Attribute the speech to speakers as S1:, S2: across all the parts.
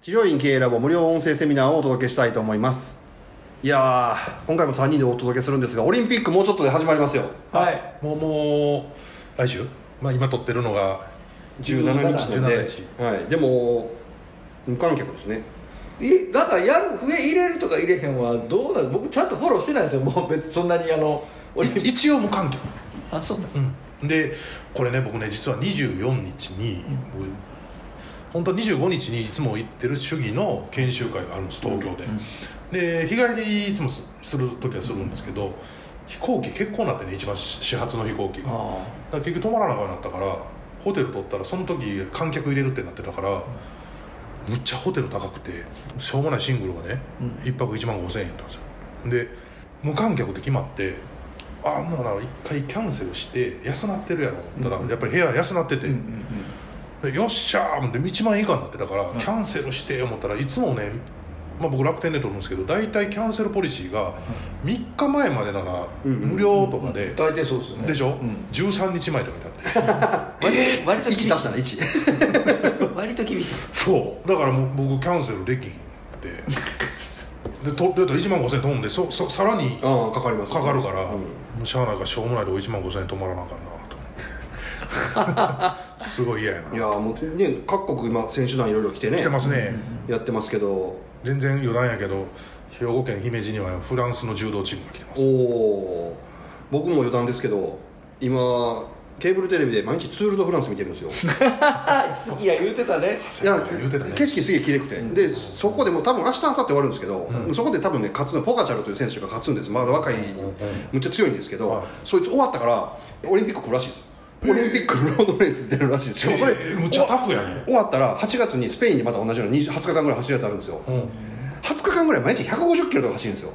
S1: 治療院経営ラボ無料音声セミナーをお届けしたいと思いますいやー今回も3人でお届けするんですがオリンピックもうちょっとで始まりますよ
S2: はいもうもう来週、まあ、今撮ってるのが
S1: 17日なんで
S2: 17日
S1: はい、でも無観客ですね
S3: いなんかやる笛入れるとか入れへんはどうなの僕ちゃんとフォローしてないんですよもう別にそんなにあのオリンピック
S2: 一応無観客、
S3: あそうなんです
S2: うん、でこれね僕ね実は24日に、僕本当は25日にいつも行ってる主義の研修会があるんです東京で、で日帰りいつもすする時はするんですけど、飛行機結構なってね一番し始発の飛行機がだか
S3: あ
S2: ら結局泊まらなくなったからホテル取ったらその時観客入れるってなってたからむっちゃホテル高くてしょうもないシングルがね、一1泊1万5000円やったんですよで無観客で決まってああもうな一回キャンセルして安なってるやろ思ったら、やっぱり部屋安なってて、でよっしゃー思って1万円以下になってたから、キャンセルして思ったらいつもね、まあ、僕楽天で取るんですけど大体キャンセルポリシーが3日前までなら無料とかで、
S3: 大抵そうですよね
S2: でしょ、
S3: うん
S2: 13日前とかになってあって
S3: 割と割
S1: 1
S3: と厳
S1: 出し
S3: した
S1: ら1
S3: い割と厳しい
S2: そうだからもう僕キャンセルできん ってでとで1万5000円飛んでそそさらに
S1: ああかかります
S2: かかるか
S1: う
S2: ら、
S1: ん
S2: もうしゃあないからしょうもないとこ1万5000円止まらなあかんなと 思ってすごい嫌やない
S1: やーもうね各国今選手団いろいろ来てね
S2: 来てますね、
S1: やってますけど
S2: 全然余談やけど兵庫県姫路にはフランスの柔道チームが来てま
S1: お
S2: す
S1: お僕も余談ですけど今ケーブルテレビで毎日ツール・ド・フランス見てるんですよ
S3: あ好きや言うてたね
S1: いや
S2: 言うてたね
S1: 景色すげえ綺麗くて、でそこでもう多分明日明後日終わるんですけど、そこで多分ね勝つのポカチャルという選手が勝つんですまだ若い、むっちゃ強いんですけど、
S2: はい
S1: そいつ終わったからオリンピック来るらしいですオリンピックのロードレース出るらしいですしかもそれ、
S2: むっちゃタフやね
S1: 終わったら8月にスペインでまた同じような20 20日間ぐらい走るやつあるんですよ、
S2: うん
S1: 20日間ぐらい毎日150キロとか走るんですよ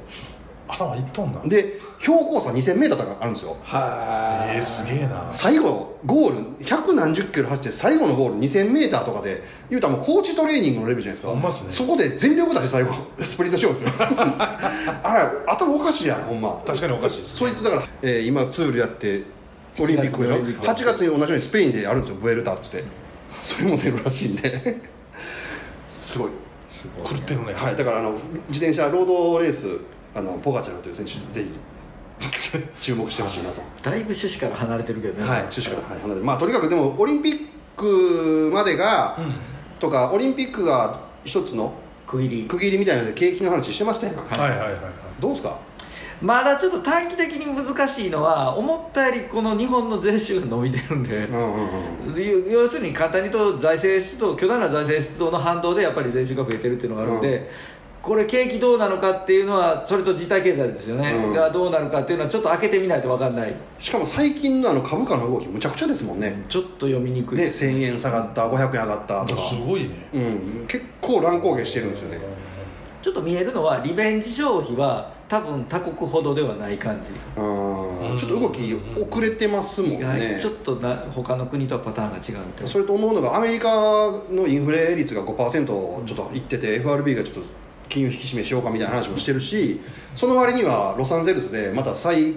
S2: 頭いっとんな
S1: で標高差 2000m とかあるんですよ
S3: はい
S2: えー、すげえな
S1: 最後ゴール百何十キロ走って最後のゴール 2000m とかで言うたらもう高地トレーニングのレベルじゃないですか
S2: ほんまっすね
S1: そこで全力出して最後スプリントしようん ですよあれ頭おかしいやんほんま
S2: 確かにおかしいです
S1: そいつだから、えー今ツールやってオリンピックでしょ
S3: オリンピック
S1: 8月に同じようにスペインであるんですよブエルタっつってそれも出るらしいんですごい
S2: 狂ってるね
S1: はい、だからあの自転車ロードレースあのポガチャルという選手ぜひ注目してほしいなと
S3: だいぶ趣旨から離れてるけどね
S1: はい、趣旨から、はい、離れてまあとにかくでもオリンピックまでが、とかオリンピックが一つの
S3: 区切り
S1: 区切りみたいなので景気の話してましたやん、
S2: はいはいはいはい
S1: どうですか
S3: まだちょっと短期的に難しいのは思ったよりこの日本の税収が伸びてるんで
S1: うんうん
S3: 要要するに簡単に言うと財政出動巨大な財政出動の反動でやっぱり税収が増えてるっていうのがあるんで、
S1: うん
S3: これ景気どうなのかっていうのはそれと実体経済ですよね、
S1: うん
S3: がどうなるかっていうのはちょっと開けてみないと分かんない
S1: しかも最近のあの株価の動きむちゃくちゃですもんね、
S3: ちょっと読みにくい
S1: ね1000円下がった500円上がったとか
S2: すごいね
S1: うん結構乱高下してるんですよね
S3: ちょっと見えるのはリベンジ消費は多分他国ほどではない感じ、
S1: うんちょっと動き遅れてますもん
S3: 意外
S1: ね
S3: ちょっとな他の国とはパターンが違うみたいな
S1: それと思うのがアメリカのインフレ率が5%ちょっといってて、FRB がちょっと金融引き締めしようかみたいな話もしてるしその割にはロサンゼルスでまた再、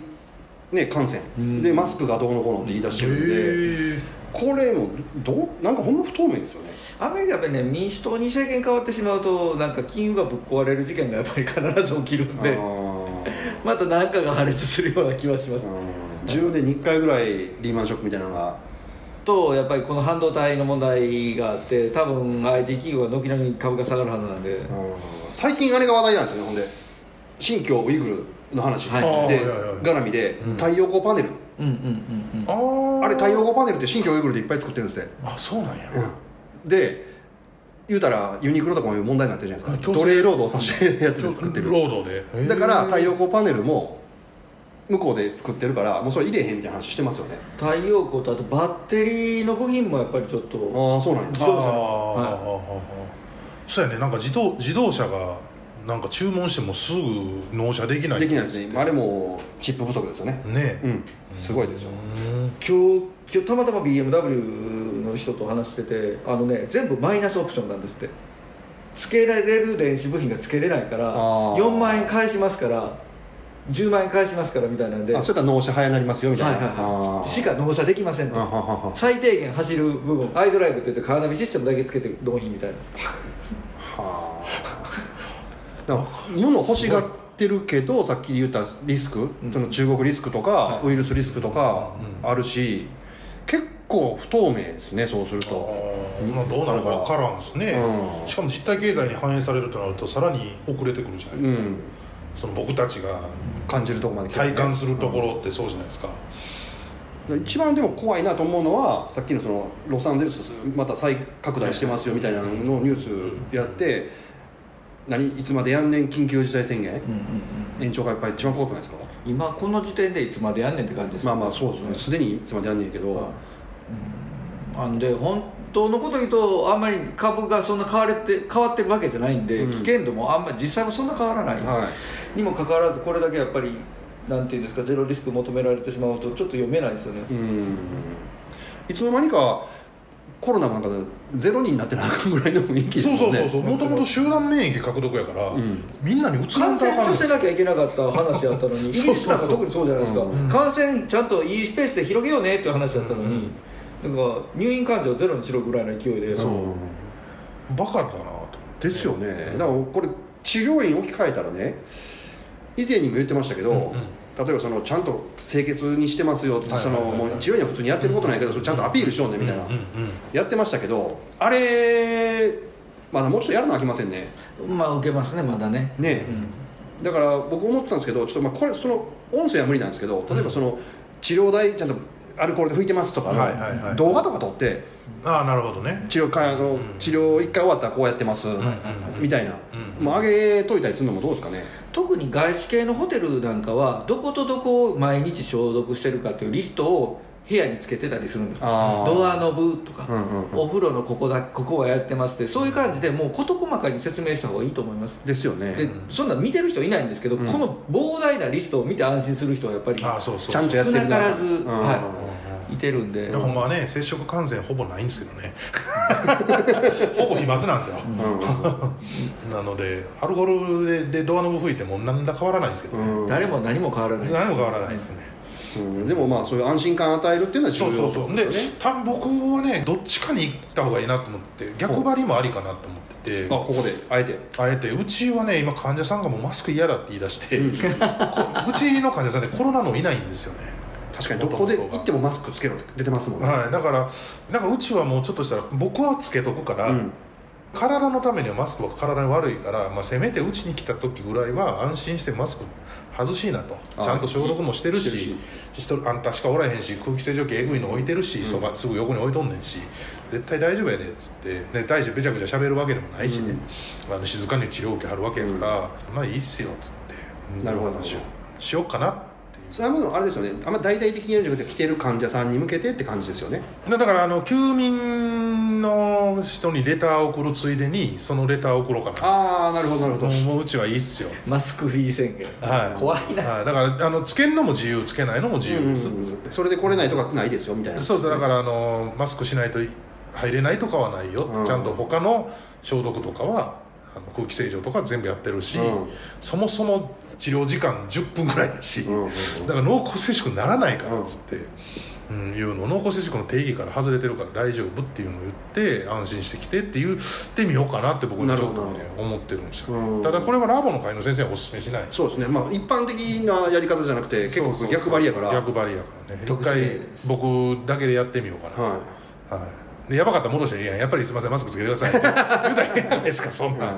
S1: ね、感染、でマスクがどうのこうのって言い出してるんで、
S2: へえ
S1: これもどうなんかほんま不透明ですよね
S3: アメリカでね民主党に政権変わってしまうとなんか金融がぶっ壊れる事件がやっぱり必ず起きるん
S1: あ
S3: で
S1: ー
S3: また何かが破裂するような気はします、
S1: うん10年に1回ぐらいリーマンショックみたいなのが
S3: とやっぱりこの半導体の問題があって多分 IT 企業は軒並み株が下がるはずなんで、
S1: うん最近あれが話題なんですよねほんで新疆ウイグルの話で、
S3: はい
S2: あーはいはいはい
S1: 絡みで太陽光パネル、
S3: うんうんうん
S2: あー
S1: あれ太陽光パネルって新疆ウイグルでいっぱい作ってるんですよ
S2: あそうなんや、
S1: で言うたらユニクロとかも問題になってるじゃないですか
S2: 強制
S1: 奴隷労働させるやつで作ってる
S2: 労働でへー
S1: だから太陽光パネルも向こうで作ってるからもうそれ入れへんみたいな話してますよね
S3: 太陽光とあとバッテリーの部品もやっぱりちょっと
S1: ああそうなん
S2: あ
S1: や
S3: そうで
S2: ー
S3: すね
S2: あーそうやねなんか自動自動車がなんか注文してもすぐ納車できない
S1: できないですねあれもチップ不足ですよね
S2: ね
S1: う
S2: え
S1: んすごいですよ
S3: 今日今日たまたま BMW の人と話しててあのね全部マイナスオプションなんですって付けられる電子部品が付けれないから
S1: あー
S3: 4万円返しますから10万円返しますからみたいなんで
S1: あそれから納車早なりますよみた
S3: はい
S1: い
S3: は
S1: ない
S3: はいしか納車できません
S1: あーあは
S3: と
S1: はは
S3: 最低限走る部分アイドライブって言ってカーナビシステムだけつけて納品みたいな
S1: だから物欲しがってるけどさっき言ったリスク、
S3: うん
S1: その中国リスクとか、
S3: はい
S1: ウイルスリスクとかあるし、結構不透明ですねそうする
S2: あ
S1: と
S2: ーまあどうなるか分からんですね、
S1: うん
S2: しかも実体経済に反映されるとなるとさらに遅れてくるじゃないうですか、
S1: ん
S2: その僕たちが
S1: 感じるとこまで来てる
S2: 体
S1: ね
S2: 感するところってそうじゃないですか、
S1: 一番でも怖いなと思うのはさっきのそのロサンゼルスまた再拡大してますよみたいなののニュースやって何いつまでやんねん緊急事態宣言
S3: うんうん
S1: 延長がやっぱり一番怖くないですか
S3: うん、今この時点でいつまでやんねんって感じです
S1: まあまあそうですねすでにいつまでやんねんけど
S3: あので本当のこと言うとあんまり株がそんな変われて変わってるわけじゃないんで、
S1: うん
S3: 危険度もあんまり実際はそんな変わらない、
S1: は
S3: にもかかわらずこれだけやっぱりなんていうんですかゼロリスク求められてしまうとちょっと読めないですよね
S1: いうんいつの間にかコロナなんかでゼロ人になってなあかんぐらいの雰囲気です
S2: そ
S1: も
S2: うそ
S1: ん
S2: う
S1: ね
S2: そうそうもともと集団免疫獲得やから、
S1: ん
S2: みんなにうつら
S3: 感
S2: んと
S3: 染
S2: あか
S3: 症
S2: んで
S3: せ
S2: す
S3: な
S2: よ
S3: きゃいけなかった話やったのにイギリスなんか特にそうじゃないですか、
S1: そう
S2: そう
S3: 感染ちゃんといいスペースで広げようねっていう話だったのに、なんか入院患者をゼロにしろぐらいの勢いで
S1: そう
S2: バカだなと思って
S1: ですよねだからこれ治療院置き換えたらね以前にも言ってましたけど、
S2: うんうん
S1: 例えばそのちゃんと清潔にしてますよって
S2: はい
S1: そ
S2: はい
S1: の
S2: はいはい
S1: もう治療院は普通にやってることないけどそれちゃんとアピールしようねみたいな、
S2: うんうん
S1: やってましたけどあれまだもうちょっとやるのあきませんね
S3: まあ受けますねまだね
S1: ね、だから僕思ってたんですけどちょっとまあこれその音声は無理なんですけど例えばその治療代ちゃんとアルコールで拭いてますとか
S2: はいはいは
S1: の
S2: い
S1: 動画とか撮って
S2: うんああなるほどね
S1: 治療かあの治療1回終わったらこうやってます
S2: んうん
S1: みたいな
S2: うん
S1: まあ上げといたりするのもどうですかね
S3: 特に外資系のホテルなんかはどことどこを毎日消毒してるかというリストを部屋につけてたりするんですド
S1: あー
S3: アノブとか、
S1: うんうんうん
S3: お風呂のここだここはやってますってそういう感じでもう事細かに説明した方がいいと思います
S1: ですよね
S3: でそんな見てる人いないんですけど、
S1: うん
S3: この膨大なリストを見て安心する人はやっぱり
S2: ああそうそう
S1: ちゃんとやってる
S3: 少なからず
S1: うん
S3: は
S2: う
S3: いてるんで
S2: んいやほんまはね接触感染ほぼないんですけどね ほぼ飛沫なんですよなのでアルコールででドアノブ吹いても何ら変わらないんですけど、
S1: う
S2: ね
S1: んうん
S3: 誰も何も変わらない
S2: 何も変わらないですね、
S1: うんでもまあそういう安心感与えるっていうのは重
S2: そ
S1: 要
S2: うそうそう
S1: で
S2: で多分僕はねどっちかに行った方がいいなと思って逆張りもありかなと思ってて
S1: あここであえて
S2: あえてうちはね今患者さんがもうマスク嫌だって言い出して、こうちの患者さんでコロナのいないんですよね
S1: 確かにどこで行ってもマスクつけろって出てますもんね、
S2: はいだからなんかうちはもうちょっとしたら僕はつけとくから、
S1: うん
S2: 体のためにはマスクは体に悪いから、まあ、せめてうちに来た時ぐらいは安心してマスク外しいなと
S1: あ
S2: ちゃんと消毒もしてるし
S1: してる
S2: しとるあんたしかおらへんし空気清浄機えぐいの置いてるし、そばすぐ横に置いとんねんし絶対大丈夫やでっつってで大丈夫べちゃくちゃ喋るわけでもないしね、あの静かに治療受けはるわけやから、まあいいっすよっつって
S1: なるほど
S2: 話をしようかなっていう
S1: それはもうあれですよねあんま大々的にやるんじゃなくて来てる患者さんに向けてって感じですよね
S2: だだからあの休眠の人にレターを送るついでにそのレターを送ろうかな
S1: ああなるほどなるほど、
S2: もうもううちはいいっすよ
S3: マスクフリー宣言、
S2: はい、
S3: 怖いな、
S2: はい、だからあのつけるのも自由つけないのも自由です、
S1: うんそれで来れないとかってないですよみたいな
S2: そうですだからあのマスクしないと入れないとかはないよ、
S1: うん
S2: ちゃんと他の消毒とかはあの空気清浄とか全部やってるし、
S1: うん
S2: そもそも治療時間10分ぐらいだし、
S1: うんうんうん
S2: だから濃厚接触にならないからっつって、うんいうの濃厚接触の定義から外れてるから大丈夫っていうのを言って安心してきてって言ってみようかなって僕はちょっと
S1: な
S2: ね
S1: る
S2: 思ってるんですよ、
S1: うん
S2: ただこれはラボの会の先生はお勧めしない
S1: そうですねまあ一般的なやり方じゃなくて結
S2: そうそうそ
S1: 構
S2: う
S1: 逆張りやから
S2: 逆張りやからね一
S3: 特殊
S2: 回僕だけでやってみようかな
S1: は
S2: はい、でやばかったら戻していいやんやっぱりすみませんマスクつけてくださいって言うたらええじゃないですかそん
S1: い、
S2: な、
S1: は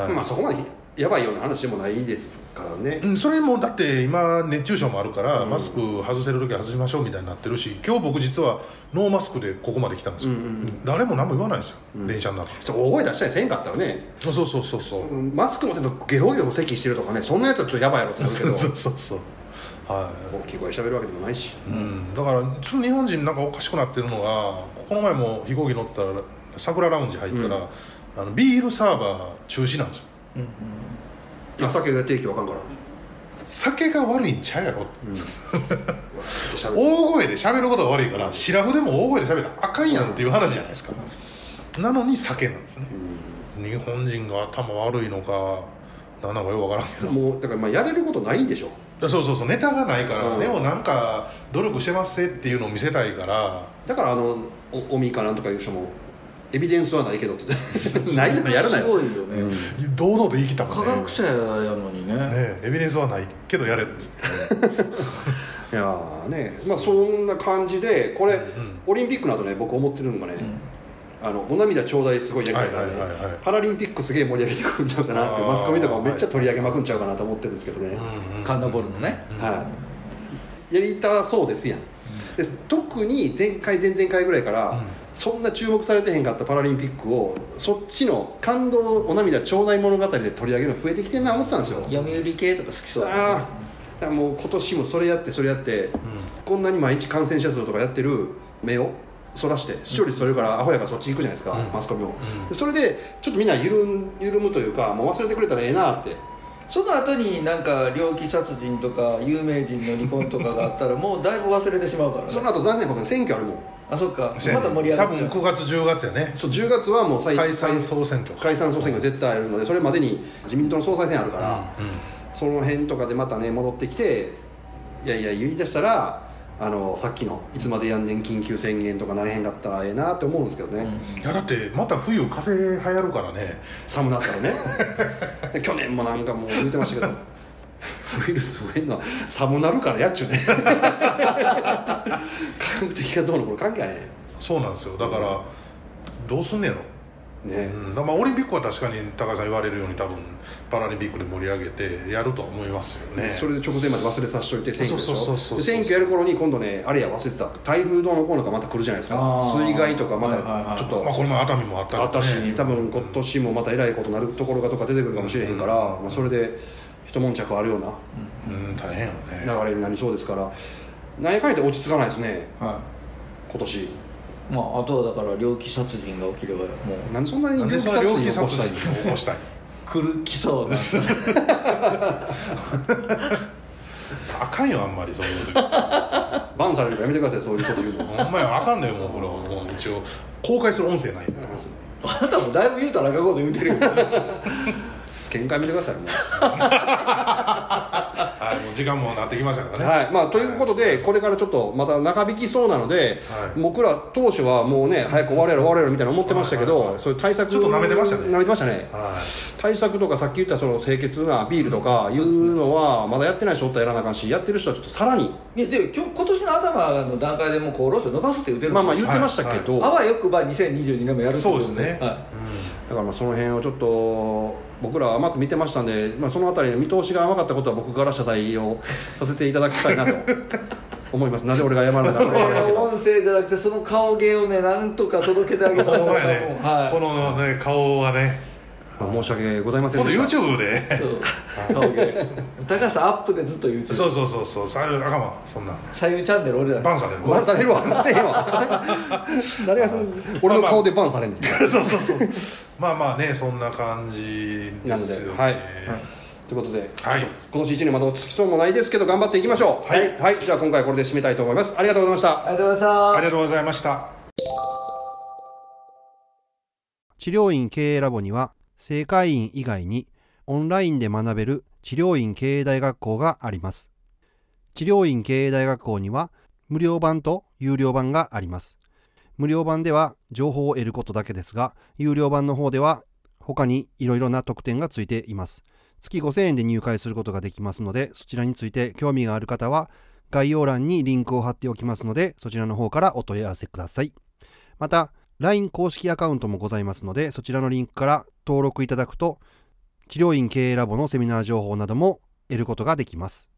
S2: はい
S1: いまあそこまでやばいような話でもないですからね
S2: うん、それもだって今熱中症もあるから、マスク外せる時は外しましょうみたいになってるし今日僕実はノーマスクでここまで来たんですよ、誰も何も言わないんですよ、電車の中
S1: そう大声出したりせんかったらね
S2: そうそうそうそう
S1: うんマスクのせいでゲホゲホ咳してるとかねそんなやつはちょっとやばいやろってなるけ
S2: そう
S1: ど
S2: そうそうそうは
S1: 大きい声で喋るわけでもないし
S2: い、うん、だからその日本人なんかおかしくなってるのがこの前も飛行機乗ったら桜ラウンジ入ったら、あのビールサーバー中止なんですよ
S3: うんうん
S1: いや酒が提供あかんからって
S2: 酒が悪いんちゃうやろって
S1: 喋る
S2: 大声で喋ることが悪いから白フでも大声で喋ったらあかんやんっていう話じゃないですかなのに酒なんですね日本人が頭悪いのか何なのかよくわからんけど
S1: もうだからまあやれることないんでしょ
S2: そうそうそうネタがないから、
S1: うん
S2: でもなんか努力してますっていうのを見せたいから
S1: だからあのおおみかなんとかいう人もエビデンスはないけどって言って ないならやるな
S3: す
S1: よ
S3: ごいよね、
S2: 堂々と言い切ったもん
S3: 科
S2: ね
S3: 学者やのにね
S2: ねエビデンスはないけどやれっつって
S1: いやーねまあそんな感じでこれ、オリンピックの後ね僕思ってるのがね、あのお涙ちょうだいすごいじゃなくて、
S2: はいはいはいはい
S1: パラリンピックすげえ盛り上げてくるんちゃうかなって
S2: あー
S1: マスコミとかもめっちゃ取り上げまくんちゃうかなと思ってるんですけどね、
S3: カンナボールのね
S1: はい、やりたそうですやん、で特に前回前々回ぐらいから、
S2: うん
S1: そんな注目されてへんかったパラリンピックをそっちの感動お涙ちょうだい物語で取り上げるの増えてきてんな思ってたんですよ
S3: 読売系とか好きそうだ
S1: あ
S3: ね
S1: あもう今年もそれやってそれやって、こんなに毎日感染者数とかやってる目をそらして視聴率それからアホやからそっち行くじゃないですか、
S2: うん
S1: マスコミも、
S2: ん
S1: でそれでちょっとみんな緩ん緩むというかもう忘れてくれたらええなって
S3: その後になんか猟奇殺人とか有名人の離婚とかがあったらもうだいぶ忘れてしまうからね
S1: その後残念なことに選挙あるもん
S3: あそっか
S2: せや
S3: ま
S2: ね
S3: た盛り上が
S2: 多
S3: っ
S2: 分
S3: ちゃう
S2: 9月10月やね
S1: そう10月はもう最
S2: 解散総選挙
S1: 解散総選挙絶対あるのでそれまでに自民党の総裁選あるから、
S2: うんうん
S1: その辺とかでまたね戻ってきていやいや言い出したらあのさっきのいつまでやんねん緊急宣言とかなれへんかったらええなって思うんですけどね、
S2: いやだってまた冬風邪流行るからね
S1: 寒なったらね で去年もなんかもう言ってましたけどウイルス増えるのは寒なるからやっちゅう ね科学的がどうのこれ関係ない
S2: そうなんですよだからどうすんねやろ
S1: ねね
S2: うんだからまあ、オリンピックは確かに高橋さん言われるように多分パラリンピックで盛り上げてやるとは思いますよね
S1: それで直前まで忘れさせておいて選挙でし
S2: そうそうそう
S1: ょ
S2: そう
S1: で選挙やる頃に今度ねあれや忘れてた台風どうのこうのがまた来るじゃないですか
S3: あー
S1: 水害とかま
S3: はいはいは
S1: た
S3: い
S1: ちょっ
S2: まあ、
S1: と
S2: この前熱海もあった
S1: あったし
S2: ね
S1: 多分今年もまたえらいことになるところがとか出てくるかもしれへんからまあそれで一悶着あるような
S2: うん大変よね
S1: 流れになりそうですから何やかんやって落ち着かないですね
S3: は
S1: 今年
S3: いまああとはだから猟奇殺人が起きればもう
S1: なんでそんなに
S2: なんでその猟
S1: 猟
S2: 奇
S1: 奇殺人を起こし
S2: 殺
S1: たい
S2: 人を起こしたい
S3: 来る来そうな
S2: あかんよあんまりそういうこと
S1: バンされるからやめてくださいそういうこと言うの
S2: ほんまやあかんのよもうこれはもう一応公開する音声ない
S3: あなたもだいぶ言うたらあかんこと言うてる よ
S1: 見解見てくださいもう
S2: はいもう時間もなってきましたからね、
S1: はいまあということでこれからちょっとまた長引きそうなので、
S2: はい
S1: 僕ら当初はもうね早く終われろ終われろみたいな思ってましたけど、
S2: はいはいはい
S1: そういう対策
S2: ちょっと舐めてましたね
S1: 舐めてましたね
S2: はい
S1: 対策とかさっき言ったその清潔なビールとかいうのはまだやってない人おったらやらなあかんしやってる人はちょっとさらに
S3: いやで今日今年の頭の段階でもう厚労省伸ばすって言うてる
S1: まあまあ
S3: あ
S1: 言ってましたけど、
S3: わよくば2022年もやるってこと
S2: そうですね
S3: は
S1: だからまあその辺をちょっと僕らは甘く見てましたんで、まあ、その辺りの見通しが甘かったことは僕から謝罪をさせていただきたいなと思 いますなぜ俺が謝るんだ
S3: いこれは音声じゃなくてその顔芸をねなんとか届けてあげた
S2: ほ
S3: 方
S2: んま
S3: が
S2: やね、
S3: はい
S2: このね顔はね
S1: まあ申し訳ございません
S2: 今
S1: で
S2: 度
S1: した
S2: YouTube で
S3: そう顔芸高橋さんアップでずっと YouTube
S2: そうそうそうそうさあかんわそんな
S3: 左右チャンネル俺ら
S2: バンされる
S1: バンされるわせえわ 誰がそん俺の顔でバンされんねん
S2: そうそうそう。まあまあね、そんな感じですよ
S1: なの
S2: ね。
S1: ではいということで
S2: はい。
S1: 今年1年まだ落ち着きそうもないですけど頑張っていきましょう
S2: はい
S1: はい、じゃあ今回これで締めたいと思いますありがとうございました
S3: ありがとうございま
S2: あ
S3: した
S2: りがとうございました。
S1: 治療院経営ラボには正会員以外にオンラインで学べる治療院経営大学校があります治療院経営大学校には無料版と有料版があります無料版では情報を得ることだけですが有料版の方では他にいろいろな特典がついています月5000円で入会することができますのでそちらについて興味がある方は概要欄にリンクを貼っておきますのでそちらの方からお問い合わせくださいまた LINE 公式アカウントもございますのでそちらのリンクから登録いただくと治療院経営ラボのセミナー情報なども得ることができます